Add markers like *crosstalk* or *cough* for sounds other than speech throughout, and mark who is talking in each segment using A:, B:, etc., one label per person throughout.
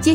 A: 接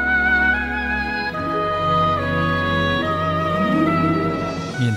B: 面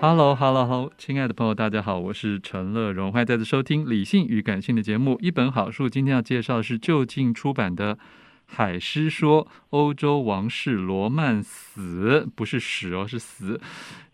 C: h e l l o h e l l o h e l l o 亲爱的朋友，大家好，我是陈乐荣，欢迎再次收听《理性与感性》的节目。一本好书，今天要介绍的是就近出版的《海狮说：欧洲王室罗曼死》，不是史哦，是死。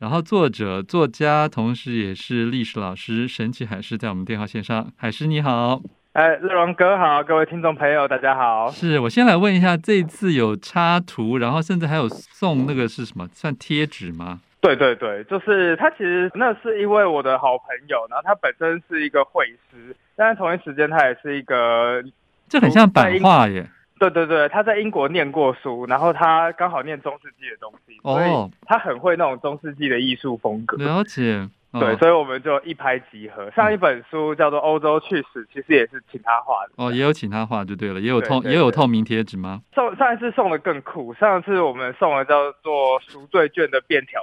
C: 然后作者、作家，同时也是历史老师神奇海狮，在我们电话线上。海狮你好，
D: 哎，乐荣哥好，各位听众朋友，大家好。
C: 是我先来问一下，这次有插图，然后甚至还有送那个是什么？算贴纸吗？
D: 对对对，就是他其实那是一位我的好朋友，然后他本身是一个绘师，但是同一时间他也是一个，
C: 这很像版画耶。
D: 嗯对对对，他在英国念过书，然后他刚好念中世纪的东西，所
C: 哦
D: 以他很会那种中世纪的艺术风格。
C: 了解。哦
D: 对，所以我们就一拍即合。上一本书叫做《欧洲趣史》，其实也是请他画的。
C: 哦，也有请他画就对了，也有
D: 对
C: 透
D: 对
C: 也有
D: 对
C: 透明贴纸吗？
D: 上上一次送的更酷，上一次我们送的叫做赎罪券的便条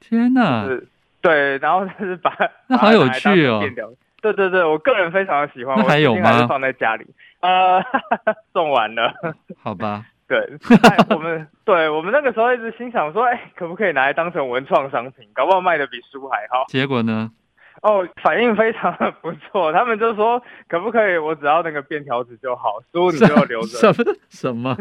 C: 天哪，
D: 是，对，然后就是把
C: *laughs* 那好有趣哦
D: 把它拿来当变调对对对，我个人非常的喜欢。
C: 那还有
D: 我最近
C: 吗
D: 是放在家里，呃， *laughs* 送完了。
C: 好吧，
D: 对，但我们对我们那个时候一直心想说，哎，可不可以拿来当成文创商品？搞不好卖的比书还好。
C: 结果呢？
D: 哦，反应非常的不错，他们就说可不可以，我只要那个便条纸就好，书你就留
C: *laughs*
D: 着
C: 什。么什么？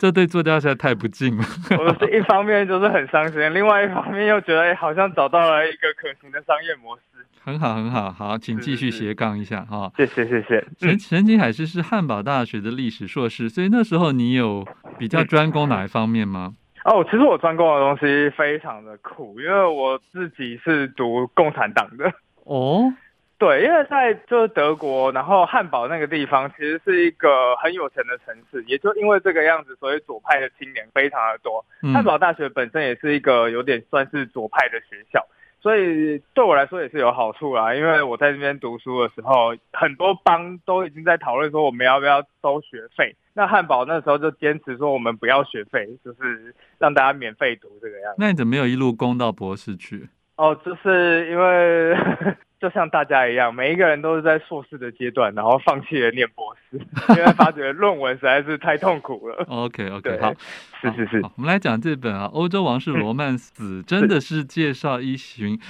C: 这对作家实在太不敬了。
D: 我们是一方面就是很伤心，另外一方面又觉得哎好像找到了一个可行的商业模式。
C: 很好，很好，好，请继续
D: 是嗯
C: 斜杠一下哈、
D: 谢谢
C: *laughs*
D: 谢谢。
C: 陈陈景海是是汉堡大学的历史硕士，所以那时候你有比较专攻哪一方面吗？
D: 哦，其实我专攻的东西非常的酷，因为我自己是读共产党的。 *laughs*
C: 哦，
D: 对，因为在就是德国，然后汉堡那个地方其实是一个很有钱的城市，也就因为这个样子，所以左派的青年非常的多。
C: 嗯
D: 汉堡大学本身也是一个有点算是左派的学校，所以对我来说也是有好处啦。因为我在那边读书的时候，很多帮都已经在讨论说我们要不要收学费，那汉堡那时候就坚持说我们不要学费，就是让大家免费读这个样子。
C: 那你怎么没有一路攻到博士去？。
D: 哦，就是因为 *laughs* 就像大家一样，每一个人都是在硕士的阶段，然后放弃了念博士，因为发觉论文实在是太痛苦了
C: OK
D: 对
C: OK，好，
D: 是是
C: *laughs*
D: 是
C: 好，好我们来讲这本啊，《欧洲王室罗曼死》，真的是介绍一群。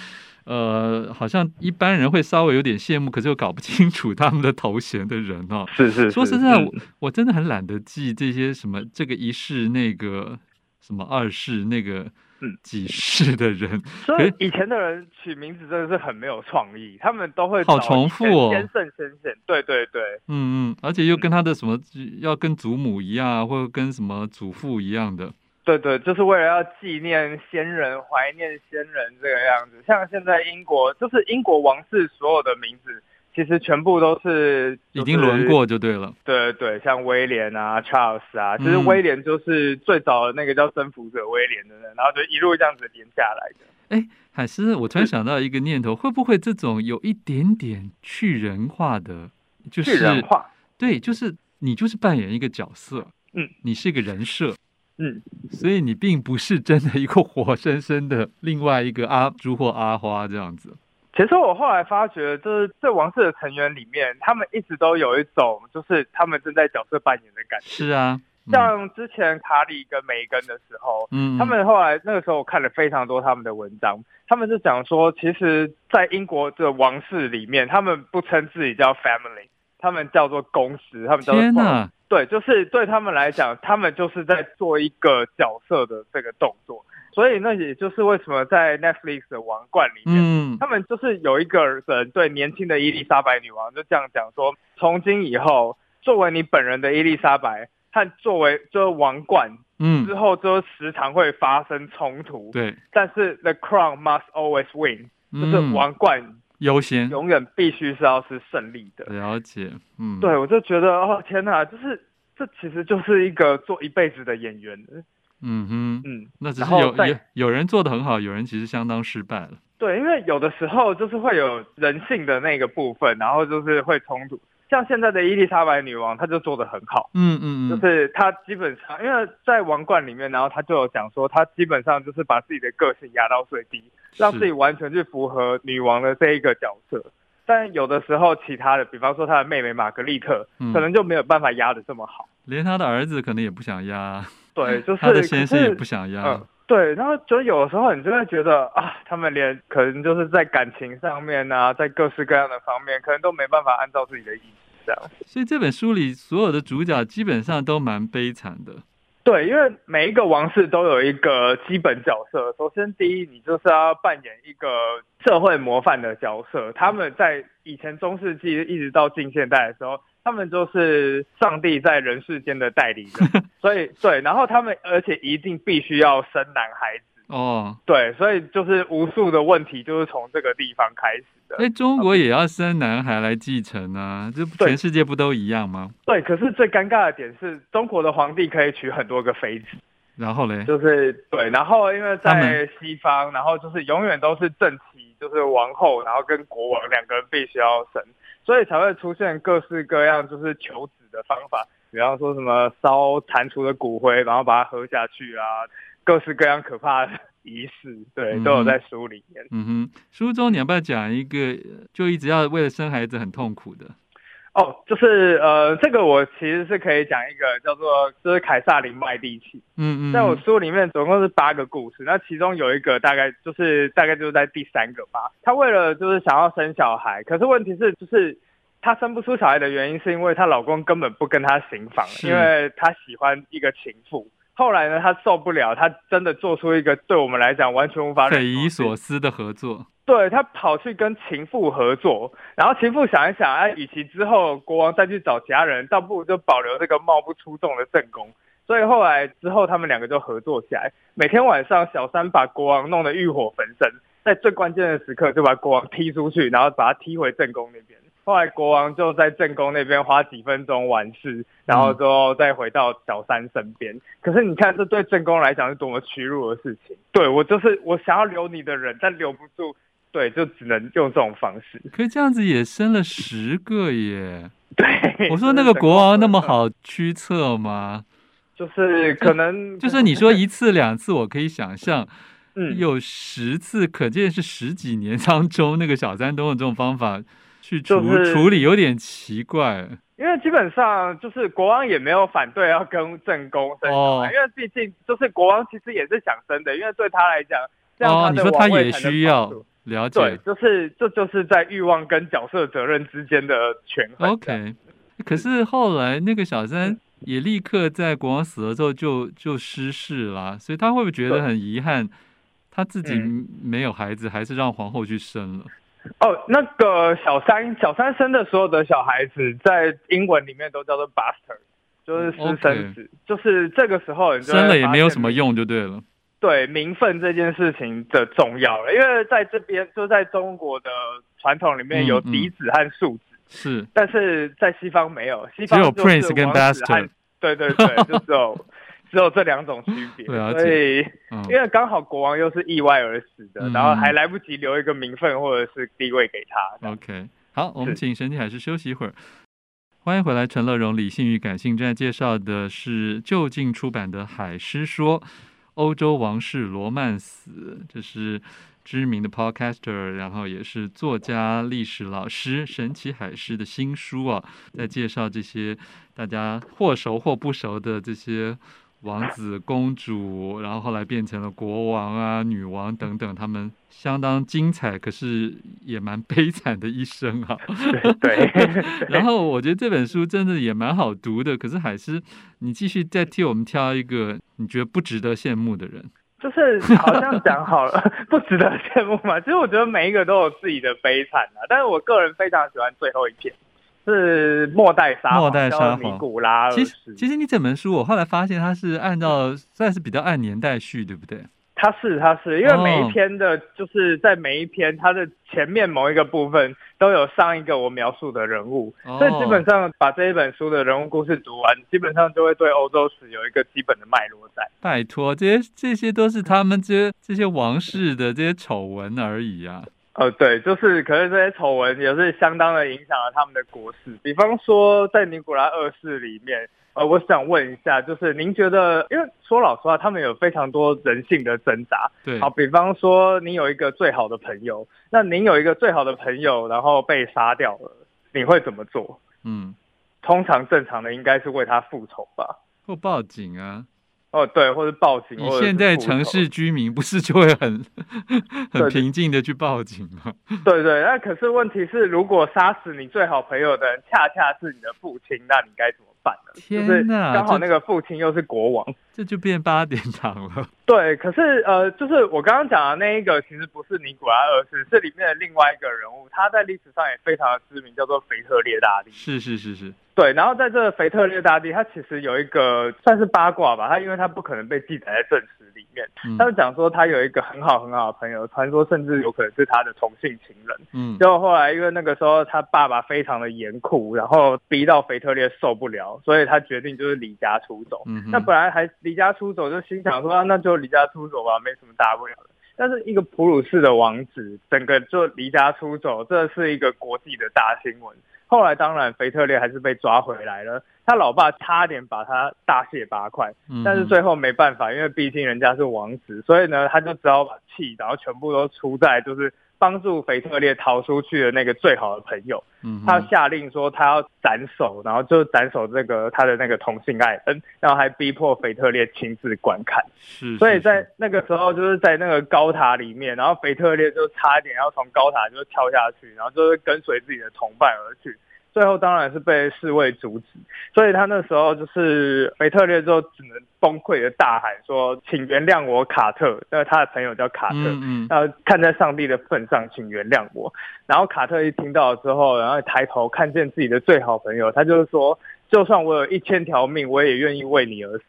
C: 呃，好像一般人会稍微有点羡慕，可是又搞不清楚他们的头衔的人哦。
D: 是是是，
C: 说实在，
D: 嗯
C: 我我真的很懒得记这些什么这个一世、那个什么二世、那个
D: 嗯
C: 几世的人， *laughs*
D: 所以以前的人取名字真的是很没有创意，他们都会
C: 好
D: 找
C: 重
D: 以前
C: 复哦
D: 先圣先贤，对对对，
C: 嗯嗯，而且又跟他的什么要跟祖母一样啊，或者跟什么祖父一样的，
D: 对对，就是为了要纪念先人、怀念先人这个样子。像现在英国，就是英国王室所有的名字，其实全部都是、
C: 已经轮。过就对了。
D: 对对，像威廉啊、Charles 啊，其实
C: 嗯
D: 威廉就是最早的那个叫征服者威廉的人，然后就一路这样子连下来的。
C: 海狮，我突然想到一个念头，会不会这种有一点点去人化的，就
D: 巨人
C: 是
D: 化，
C: 对，就是你就是扮演一个角色，
D: 嗯，
C: 你是一个人设，
D: 嗯，
C: 所以你并不是真的一个活生生的另外一个阿朱或阿花这样子。
D: 其实我后来发觉，就是这王室的成员里面，他们一直都有一种就是他们正在角色扮演的感觉。
C: 是啊，
D: 像之前卡里跟梅根的时候，
C: 嗯，
D: 他们后来那个时候我看了非常多他们的文章，他们就讲说，其实，在英国的王室里面，他们不称自己叫 family，他们叫做公司，他们叫做
C: 天
D: firm
C: 哪，
D: 对，就是对他们来讲，他们就是在做一个角色的这个动作，所以那也就是为什么在 Netflix 的《王冠》里面，
C: 嗯
D: 他们就是有一个人对年轻的伊丽莎白女王就这样讲说：从今以后，作为你本人的伊丽莎白和作为就是王冠之
C: 嗯，
D: 后，就时常会发生冲突，
C: 对，
D: 但是 the crown must always win，就是
C: 嗯
D: 王冠
C: 优先，
D: 永远必须是要是胜利的。
C: 了解，嗯，
D: 对，我就觉得哦天哪，就是这其实就是一个做一辈子的演员，
C: 嗯哼，
D: 嗯，
C: 那只
D: 然
C: 是
D: 后
C: 有
D: 再
C: 有有人做的很好，有人其实相当失败了，
D: 对，因为有的时候就是会有人性的那个部分，然后就是会冲突。像现在的伊丽莎白女王，她就做的很好，
C: 嗯嗯
D: 就
C: 嗯，
D: 是她基本上因为在王冠里面，然后她就有讲说，她基本上就是把自己的个性压到最低，让自己完全去符合女王的这一个角色。但有的时候，其他的，比方说她的妹妹玛格丽特，
C: 嗯
D: 可能就没有办法压的这么好。
C: 连他的儿子可能也不想压， *laughs*
D: 对，哎就是
C: 他的先生也
D: 可是
C: 不想压
D: 嗯，，对，然后就有时候你就会觉得啊，他们连可能就是在感情上面啊，在各式各样的方面，可能都没办法按照自己的意志这样。
C: 所以这本书里所有的主角基本上都蛮悲惨的，
D: 对，因为每一个王室都有一个基本角色。首先，第一，你就是要扮演一个社会模范的角色。他们在以前中世纪一直到近现代的时候，他们就是上帝在人世间的代理人。所以，对，然后他们而且一定必须要生男孩子。
C: 哦，
D: 对，所以就是无数的问题就是从这个地方开始的。
C: 哎，中国也要生男孩来继承啊，这不
D: 对
C: 全世界不都一样吗？
D: 对，可是最尴尬的点是中国的皇帝可以娶很多个妃子，
C: 然后嘞，
D: 就是对，然后因为
C: 他
D: 在
C: 们
D: 西方，然后就是永远都是正妻，就是王后，然后跟国王两个人必须要生，所以才会出现各式各样就是求子的方法，比方说什么烧蟾蜍的骨灰，然后把它喝下去啊，各式各样可怕的仪式，对，都有在书里面。
C: 嗯哼，书中你要不要讲一个呃就一直要为了生孩子很痛苦的？
D: 哦，就是呃，这个我其实是可以讲一个叫做就是凯撒林麦蒂奇，
C: 嗯嗯，
D: 在我
C: 嗯
D: 书里面总共是八个故事，那其中有一个大概就是大概就是在第三个吧。她为了就是想要生小孩，可是问题是就是她生不出小孩的原因是因为她老公根本不跟她行房，
C: 是
D: 因为她喜欢一个情妇。后来呢，她受不了，她真的做出一个对我们来讲完全无法忍
C: 匪夷
D: 受的
C: 所思的合作，
D: 对他跑去跟情妇合作，然后情妇想一想，哎、与其之后国王再去找其他人，倒不如就保留这个貌不出众的正宫。所以后来之后，他们两个就合作起来，每天晚上小三把国王弄得欲火焚身，在最关键的时刻就把国王踢出去，然后把他踢回正宫那边。后来国王就在正宫那边花几分钟完事，然后之后再回到小三身边。可是你看，这对正宫来讲是多么屈辱的事情。对我就是我想要留你的人，但留不住，对，就只能用这种方式。
C: 可这样子也生了十个耶！
D: 对，
C: 我说那个国王那么
D: 好，
C: 好驱策吗？
D: 就是可能
C: 嗯就是你说一次两次我可以想象，
D: 嗯
C: 有十次，可见是十几年当中那个小三都用这种方法去处、
D: 就是
C: 处理，有点奇怪。
D: 因为基本上就是国王也没有反对要跟正宫生小孩，
C: 哦
D: 因为毕竟就是国王其实也是想生的，因为对他来讲，这样
C: 哦，
D: 他
C: 你
D: 的
C: 说他
D: 王位
C: 也
D: 才能
C: 需
D: 保
C: 要
D: 住
C: 了
D: 对，
C: 解
D: 就是这就是在欲望跟角色责任之间的权衡。
C: ，OK。可
D: 嗯
C: 是后来那个小三也立刻在国王死了之后就就失势啦，所以他会不会觉得
D: 对
C: 很遗憾，他自己
D: 嗯
C: 没有孩子，还是让皇后去生了？
D: 哦，那个小三小三生的所有的小孩子，在英文里面都叫做 bastard，就是私生子。就是这个时候你就会
C: 生了也没有什么
D: 发现
C: 用，就对了。
D: 对名分这件事情的重要了，因为在这边就在中国的传统里面
C: 嗯
D: 有
C: 嗯
D: 嫡子和庶子，
C: 是，
D: 但是在西方没有，
C: 只
D: 西方
C: 有
D: 就是
C: prince 跟
D: 王子和
C: bastard
D: 对对
C: *laughs*
D: 对，就只有只有这两种区别，
C: 了解
D: 所以。
C: 嗯，
D: 因为刚好国王又是意外而死的，
C: 嗯
D: 然后还来不及留一个名分或者是地位给他。
C: OK，好，我们
D: 是
C: 请沈景海师休息一会儿。欢迎回来，陈乐荣理性与感性正在介绍的是就近出版的《海狮说：欧洲王室罗曼史》，这是知名的 podcaster，然后也是作家、历史老师，神奇海狮的新书啊，在介绍这些大家或熟或不熟的这些王子、公主，然后后来变成了国王啊、女王等等，他们相当精彩，可是也蛮悲惨的一生
D: *laughs*
C: 啊。
D: 对，
C: 然后我觉得这本书真的也蛮好读的，可是海狮，你继续再替我们挑一个你觉得不值得羡慕的人。
D: 就是好像讲好了， *laughs* 不值得羡慕嘛。其实我觉得每一个都有自己的悲惨啊，但是我个人非常喜欢最后一篇，是末代沙皇
C: 末代沙
D: 叫
C: 皇
D: 尼古拉二
C: 其实
D: 世，
C: 其实你整本书我后来发现它是按照算是比较按年代序，对不对？
D: 他是他是，因为
C: 哦
D: 每一篇的，就是在每一篇它的前面某一个部分都有上一个我描述的人物，
C: 哦
D: 所以基本上把这一本书的人物故事读完，基本上就会对欧洲史有一个基本的脉络在。
C: 拜托，这些这些都是他们这些这些王室的这些丑闻而已啊。
D: 呃，对，就是，可是这些丑闻也是相当的影响了他们的国事。比方说，在尼古拉二世里面，呃，我想问一下，就是您觉得，因为说老实话，他们有非常多人性的挣扎。
C: 对，
D: 好，比方说，你有一个最好的朋友，那您有一个最好的朋友，然后被杀掉了，你会怎么做？
C: 嗯，
D: 通常正常的应该是为他复仇吧？
C: 或报警啊。
D: 哦，对，或者报警。
C: 你
D: 或者是
C: 现在
D: 复仇
C: 城市居民不是就会很很
D: 对
C: 平静的去报警吗？
D: 对对，那可是问题是，如果杀死你最好朋友的人恰恰是你的父亲，那你该怎么办呢？
C: 天
D: 就是
C: 哪
D: 刚好
C: 这
D: 那个父亲又是国王。
C: 这就变八点档了。
D: 对，可是呃，就是我刚刚讲的那一个，其实不是尼古拉二世，是里面的另外一个人物，他在历史上也非常的知名，叫做腓特烈大
C: *laughs*
D: 帝。
C: 是 *laughs* 是是是，
D: 对，然后在这个腓特烈大帝，他其实有一个算是八卦吧，他因为他不可能被记载在正史里面，
C: 嗯
D: 他就讲说他有一个很好很好的朋友，传说甚至有可能是他的同性情人。
C: 嗯，
D: 就后来因为那个时候他爸爸非常的严酷，然后逼到腓特烈受不了，所以他决定就是离家出走。
C: 嗯哼
D: 那本来还离家出走，就心想说、啊那就离家出走吧，没什么大不了的。但是一个普鲁士的王子，整个就离家出走，这是一个国际的大新闻。后来当然腓特烈还是被抓回来了，他老爸差点把他大卸八块，
C: 嗯
D: 但是
C: 哼
D: 最后没办法，因为毕竟人家是王子，所以呢，他就只好把气，然后全部都出在就是帮助腓特烈逃出去的那个最好的朋友。
C: 嗯哼
D: 他下令说他要斩首，然后就斩首这个他的那个同性爱人，然后还逼迫腓特烈亲自观看。
C: 是，
D: 所以
C: 是
D: 在
C: 是
D: 那个时候，就是在那个高塔里面，然后腓特烈就差一点要从高塔就跳下去，然后就是跟随自己的同伴而去。最后当然是被侍卫阻止，所以他那时候就是腓特烈就只能崩溃的大喊说：“请原谅我，卡特。”那他的朋友叫卡特，
C: 嗯嗯
D: 呃，看在上帝的份上，请原谅我。然后卡特一听到之后，然后抬头看见自己的最好朋友，他就是说，就算我有一千条命，我也愿意为你而死。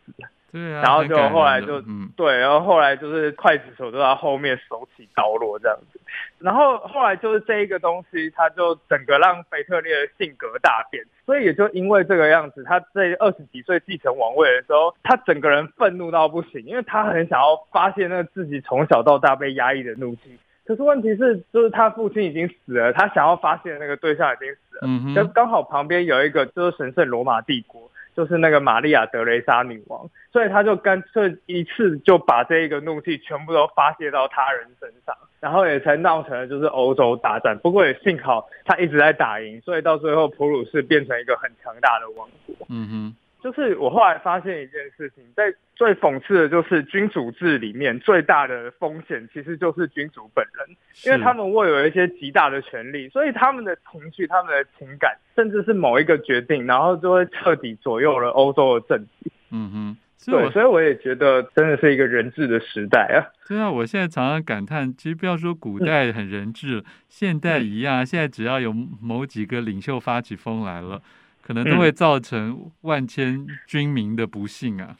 C: 对啊，
D: 然后
C: 很
D: 就
C: 感
D: 后
C: 人
D: 来
C: 的
D: 就
C: 嗯
D: 对，然后后来就是刽子手就在后面手起刀落这样子。然后后来就是这一个东西，他就整个让腓特烈的性格大变，所以也就因为这个样子，他在二十几岁继承王位的时候，他整个人愤怒到不行，因为他很想要发泄那个自己从小到大被压抑的怒气。可是问题是，就是他父亲已经死了，他想要发泄的那个对象已经死了，
C: 嗯
D: 就
C: 哼，
D: 刚好旁边有一个就是神圣罗马帝国，就是那个玛利亚德雷莎女王，所以他就干脆一次就把这一个怒气全部都发泄到他人身上，然后也才闹成了就是欧洲大战。不过也幸好他一直在打赢，所以到最后普鲁士变成一个很强大的王国。
C: 嗯哼，
D: 就是我后来发现一件事情，在最讽刺的就是君主制里面最大的风险其实就是君主本人。因为
C: 是
D: 他们握有一些极大的权利，所以他们的情绪、他们的情感，甚至是某一个决定，然后就会彻底左右了欧洲的政局。
C: 嗯哼，所以
D: 对，
C: 我
D: 所以我也觉得真的是一个人质的时代啊。
C: 对啊，我现在常常感叹，其实不要说古代很人治，现代一样，现在只要有某几个领袖发起疯来了，可能都
D: 嗯
C: 会造成万千军民的不幸啊。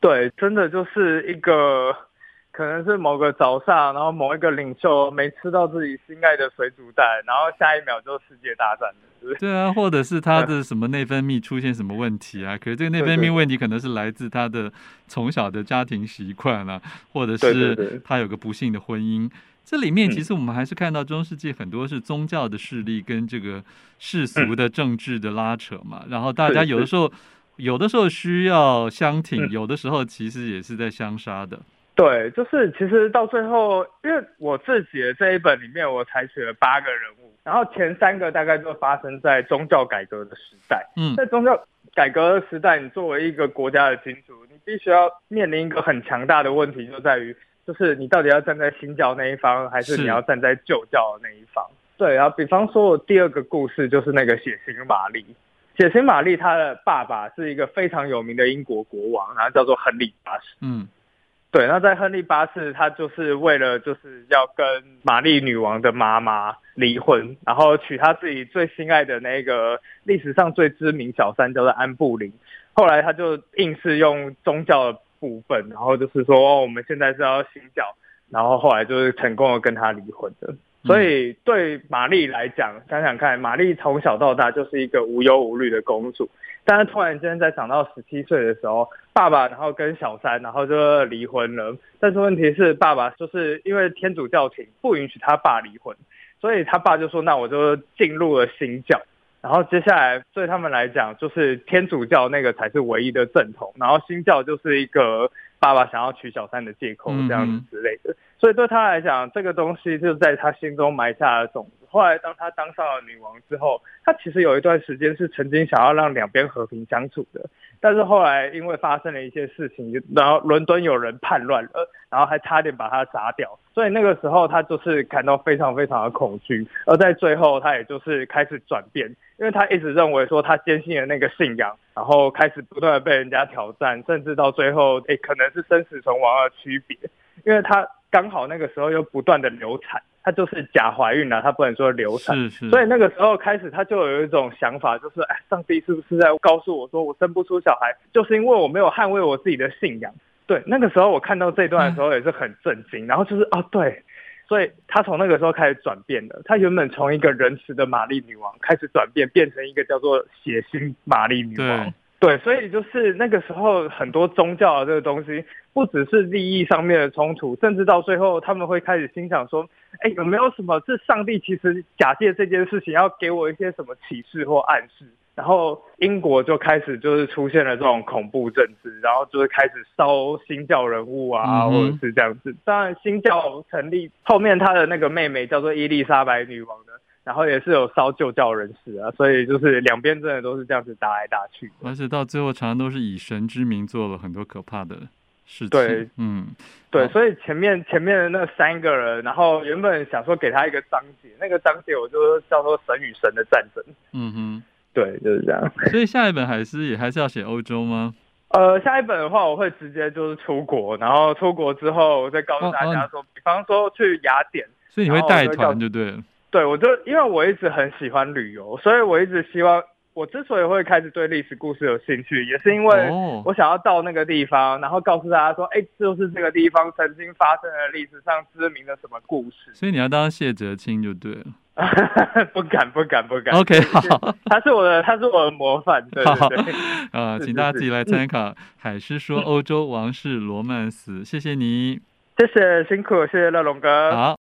D: 对，真的就是一个，可能是某个早上，然后某一个领袖没吃到自己心爱的水煮蛋，然后下一秒就世界大战了，是不是？
C: *laughs* 对啊，或者是他的什么内分泌出现什么问题啊？可是这个内
D: 哎对
C: 分
D: 对
C: 泌问题可能是来自他的从小的家庭习惯啊，或者
D: 对对
C: 是
D: 对
C: 他有个不幸的婚姻。这里面
D: 嗯
C: 其实我们还是看到中世纪很多是宗教的势力跟这个世俗的政治的拉扯嘛，然后大
D: 嗯是
C: 家有的
D: 是
C: 时候有的时候需要相挺，
D: 嗯
C: 有的时候其实也是在相杀的。
D: 对，就是其实到最后，因为我自己的这一本里面，我采取了八个人物，然后前三个大概就发生在宗教改革的时代。
C: 嗯
D: 在宗教改革的时代，你作为一个国家的君主，你必须要面临一个很强大的问题，就在于就是你到底要站在新教那一方，还是
C: 是
D: 你要站在旧教的那一方？对，然后比方说，我第二个故事就是那个血腥玛丽。血腥玛丽她的爸爸是一个非常有名的英国国王，然后叫做亨利八世。
C: 嗯
D: 对，那在亨利八世，他就是为了就是要跟玛丽女王的妈妈离婚，然后娶他自己最心爱的那个历史上最知名小三，叫做安布林。后来他就硬是用宗教的部分，然后就是说、哦、我们现在是要信教，然后后来就是成功的跟他离婚的。所
C: 嗯
D: 以对玛丽来讲，想想看，玛丽从小到大就是一个无忧无虑的公主，但是突然间在长到十七岁的时候，爸爸然后跟小三然后就离婚了。但是问题是，爸爸就是因为天主教廷不允许他爸离婚，所以他爸就说：“那我就进入了新教。”然后接下来对他们来讲，就是天主教那个才是唯一的正统，然后新教就是一个爸爸想要娶小三的借口这样子之类的。所以对他来讲，这个东西就在他心中埋下了种子。后来当他当上了女王之后，他其实有一段时间是曾经想要让两边和平相处的，但是后来因为发生了一些事情，然后伦敦有人叛乱了，然后还差点把他杀掉，所以那个时候他就是感到非常非常的恐惧，而在最后他也就是开始转变，因为他一直认为说他坚信的那个信仰，然后开始不断的被人家挑战，甚至到最后，诶，可能是生死存亡的区别，因为他刚好那个时候又不断的流产，他就是假怀孕了、他不能说流产，
C: 是是，
D: 所以那个时候开始，他就有一种想法，就是哎，上帝是不是在告诉我说，我生不出小孩，就是因为我没有捍卫我自己的信仰？对，那个时候我看到这段的时候也是很震
C: 嗯
D: 惊，然后就是哦，对，所以他从那个时候开始转变了，他原本从一个仁慈的玛丽女王开始转变，变成一个叫做血腥玛丽女王
C: 对。
D: 对，所以就是那个时候很多宗教的这个东西，不只是利益上面的冲突，甚至到最后他们会开始心想说，哎，有没有什么是上帝其实假借这件事情要给我一些什么启示或暗示？然后英国就开始就是出现了这种恐怖政治，然后就是开始烧新教人物啊，
C: 嗯哼
D: 或者是这样子。当然，新教成立后面，他的那个妹妹叫做伊丽莎白女王的，然后也是有烧旧教人士啊，所以就是两边真的都是这样子打来打去的。
C: 而且到最后常常都是以神之名做了很多可怕的事情。
D: 对，
C: 嗯，
D: 对
C: 好，
D: 所以前面前面的那三个人，然后原本想说给他一个章节，那个章节我就叫做神与神的战争。
C: 嗯哼。
D: 对，就是这样。
C: 所以下一本还是也还是要写欧洲吗？
D: 呃，下一本的话，我会直接就是出国，然后出国之后，我再
C: 哦
D: 告诉大家说，比方说去雅典，
C: 所以你会
D: 哦
C: 带团就对了。
D: 对我就因为我一直很喜欢旅游，所以我一直希望，我之所以会开始对历史故事有兴趣，也是因为
C: 哦，
D: 我想要到那个地方，然后告诉大家说，哎，就是这个地方曾经发生了历史上知名的什么故事。 *laughs*
C: 所以你要当谢哲青就对了。
D: 不敢，不敢，不敢。 *laughs*
C: OK，好，
D: 他是我的，他是我的模范，对
C: 好
D: 对
C: *laughs*
D: 对。
C: 啊，
D: 是
C: 请
D: 是
C: 大家自己
D: 是嗯
C: 来参考《海狮说欧洲王室罗曼史》，谢谢你。
D: 谢谢辛苦，谢谢乐龙哥。
C: 好。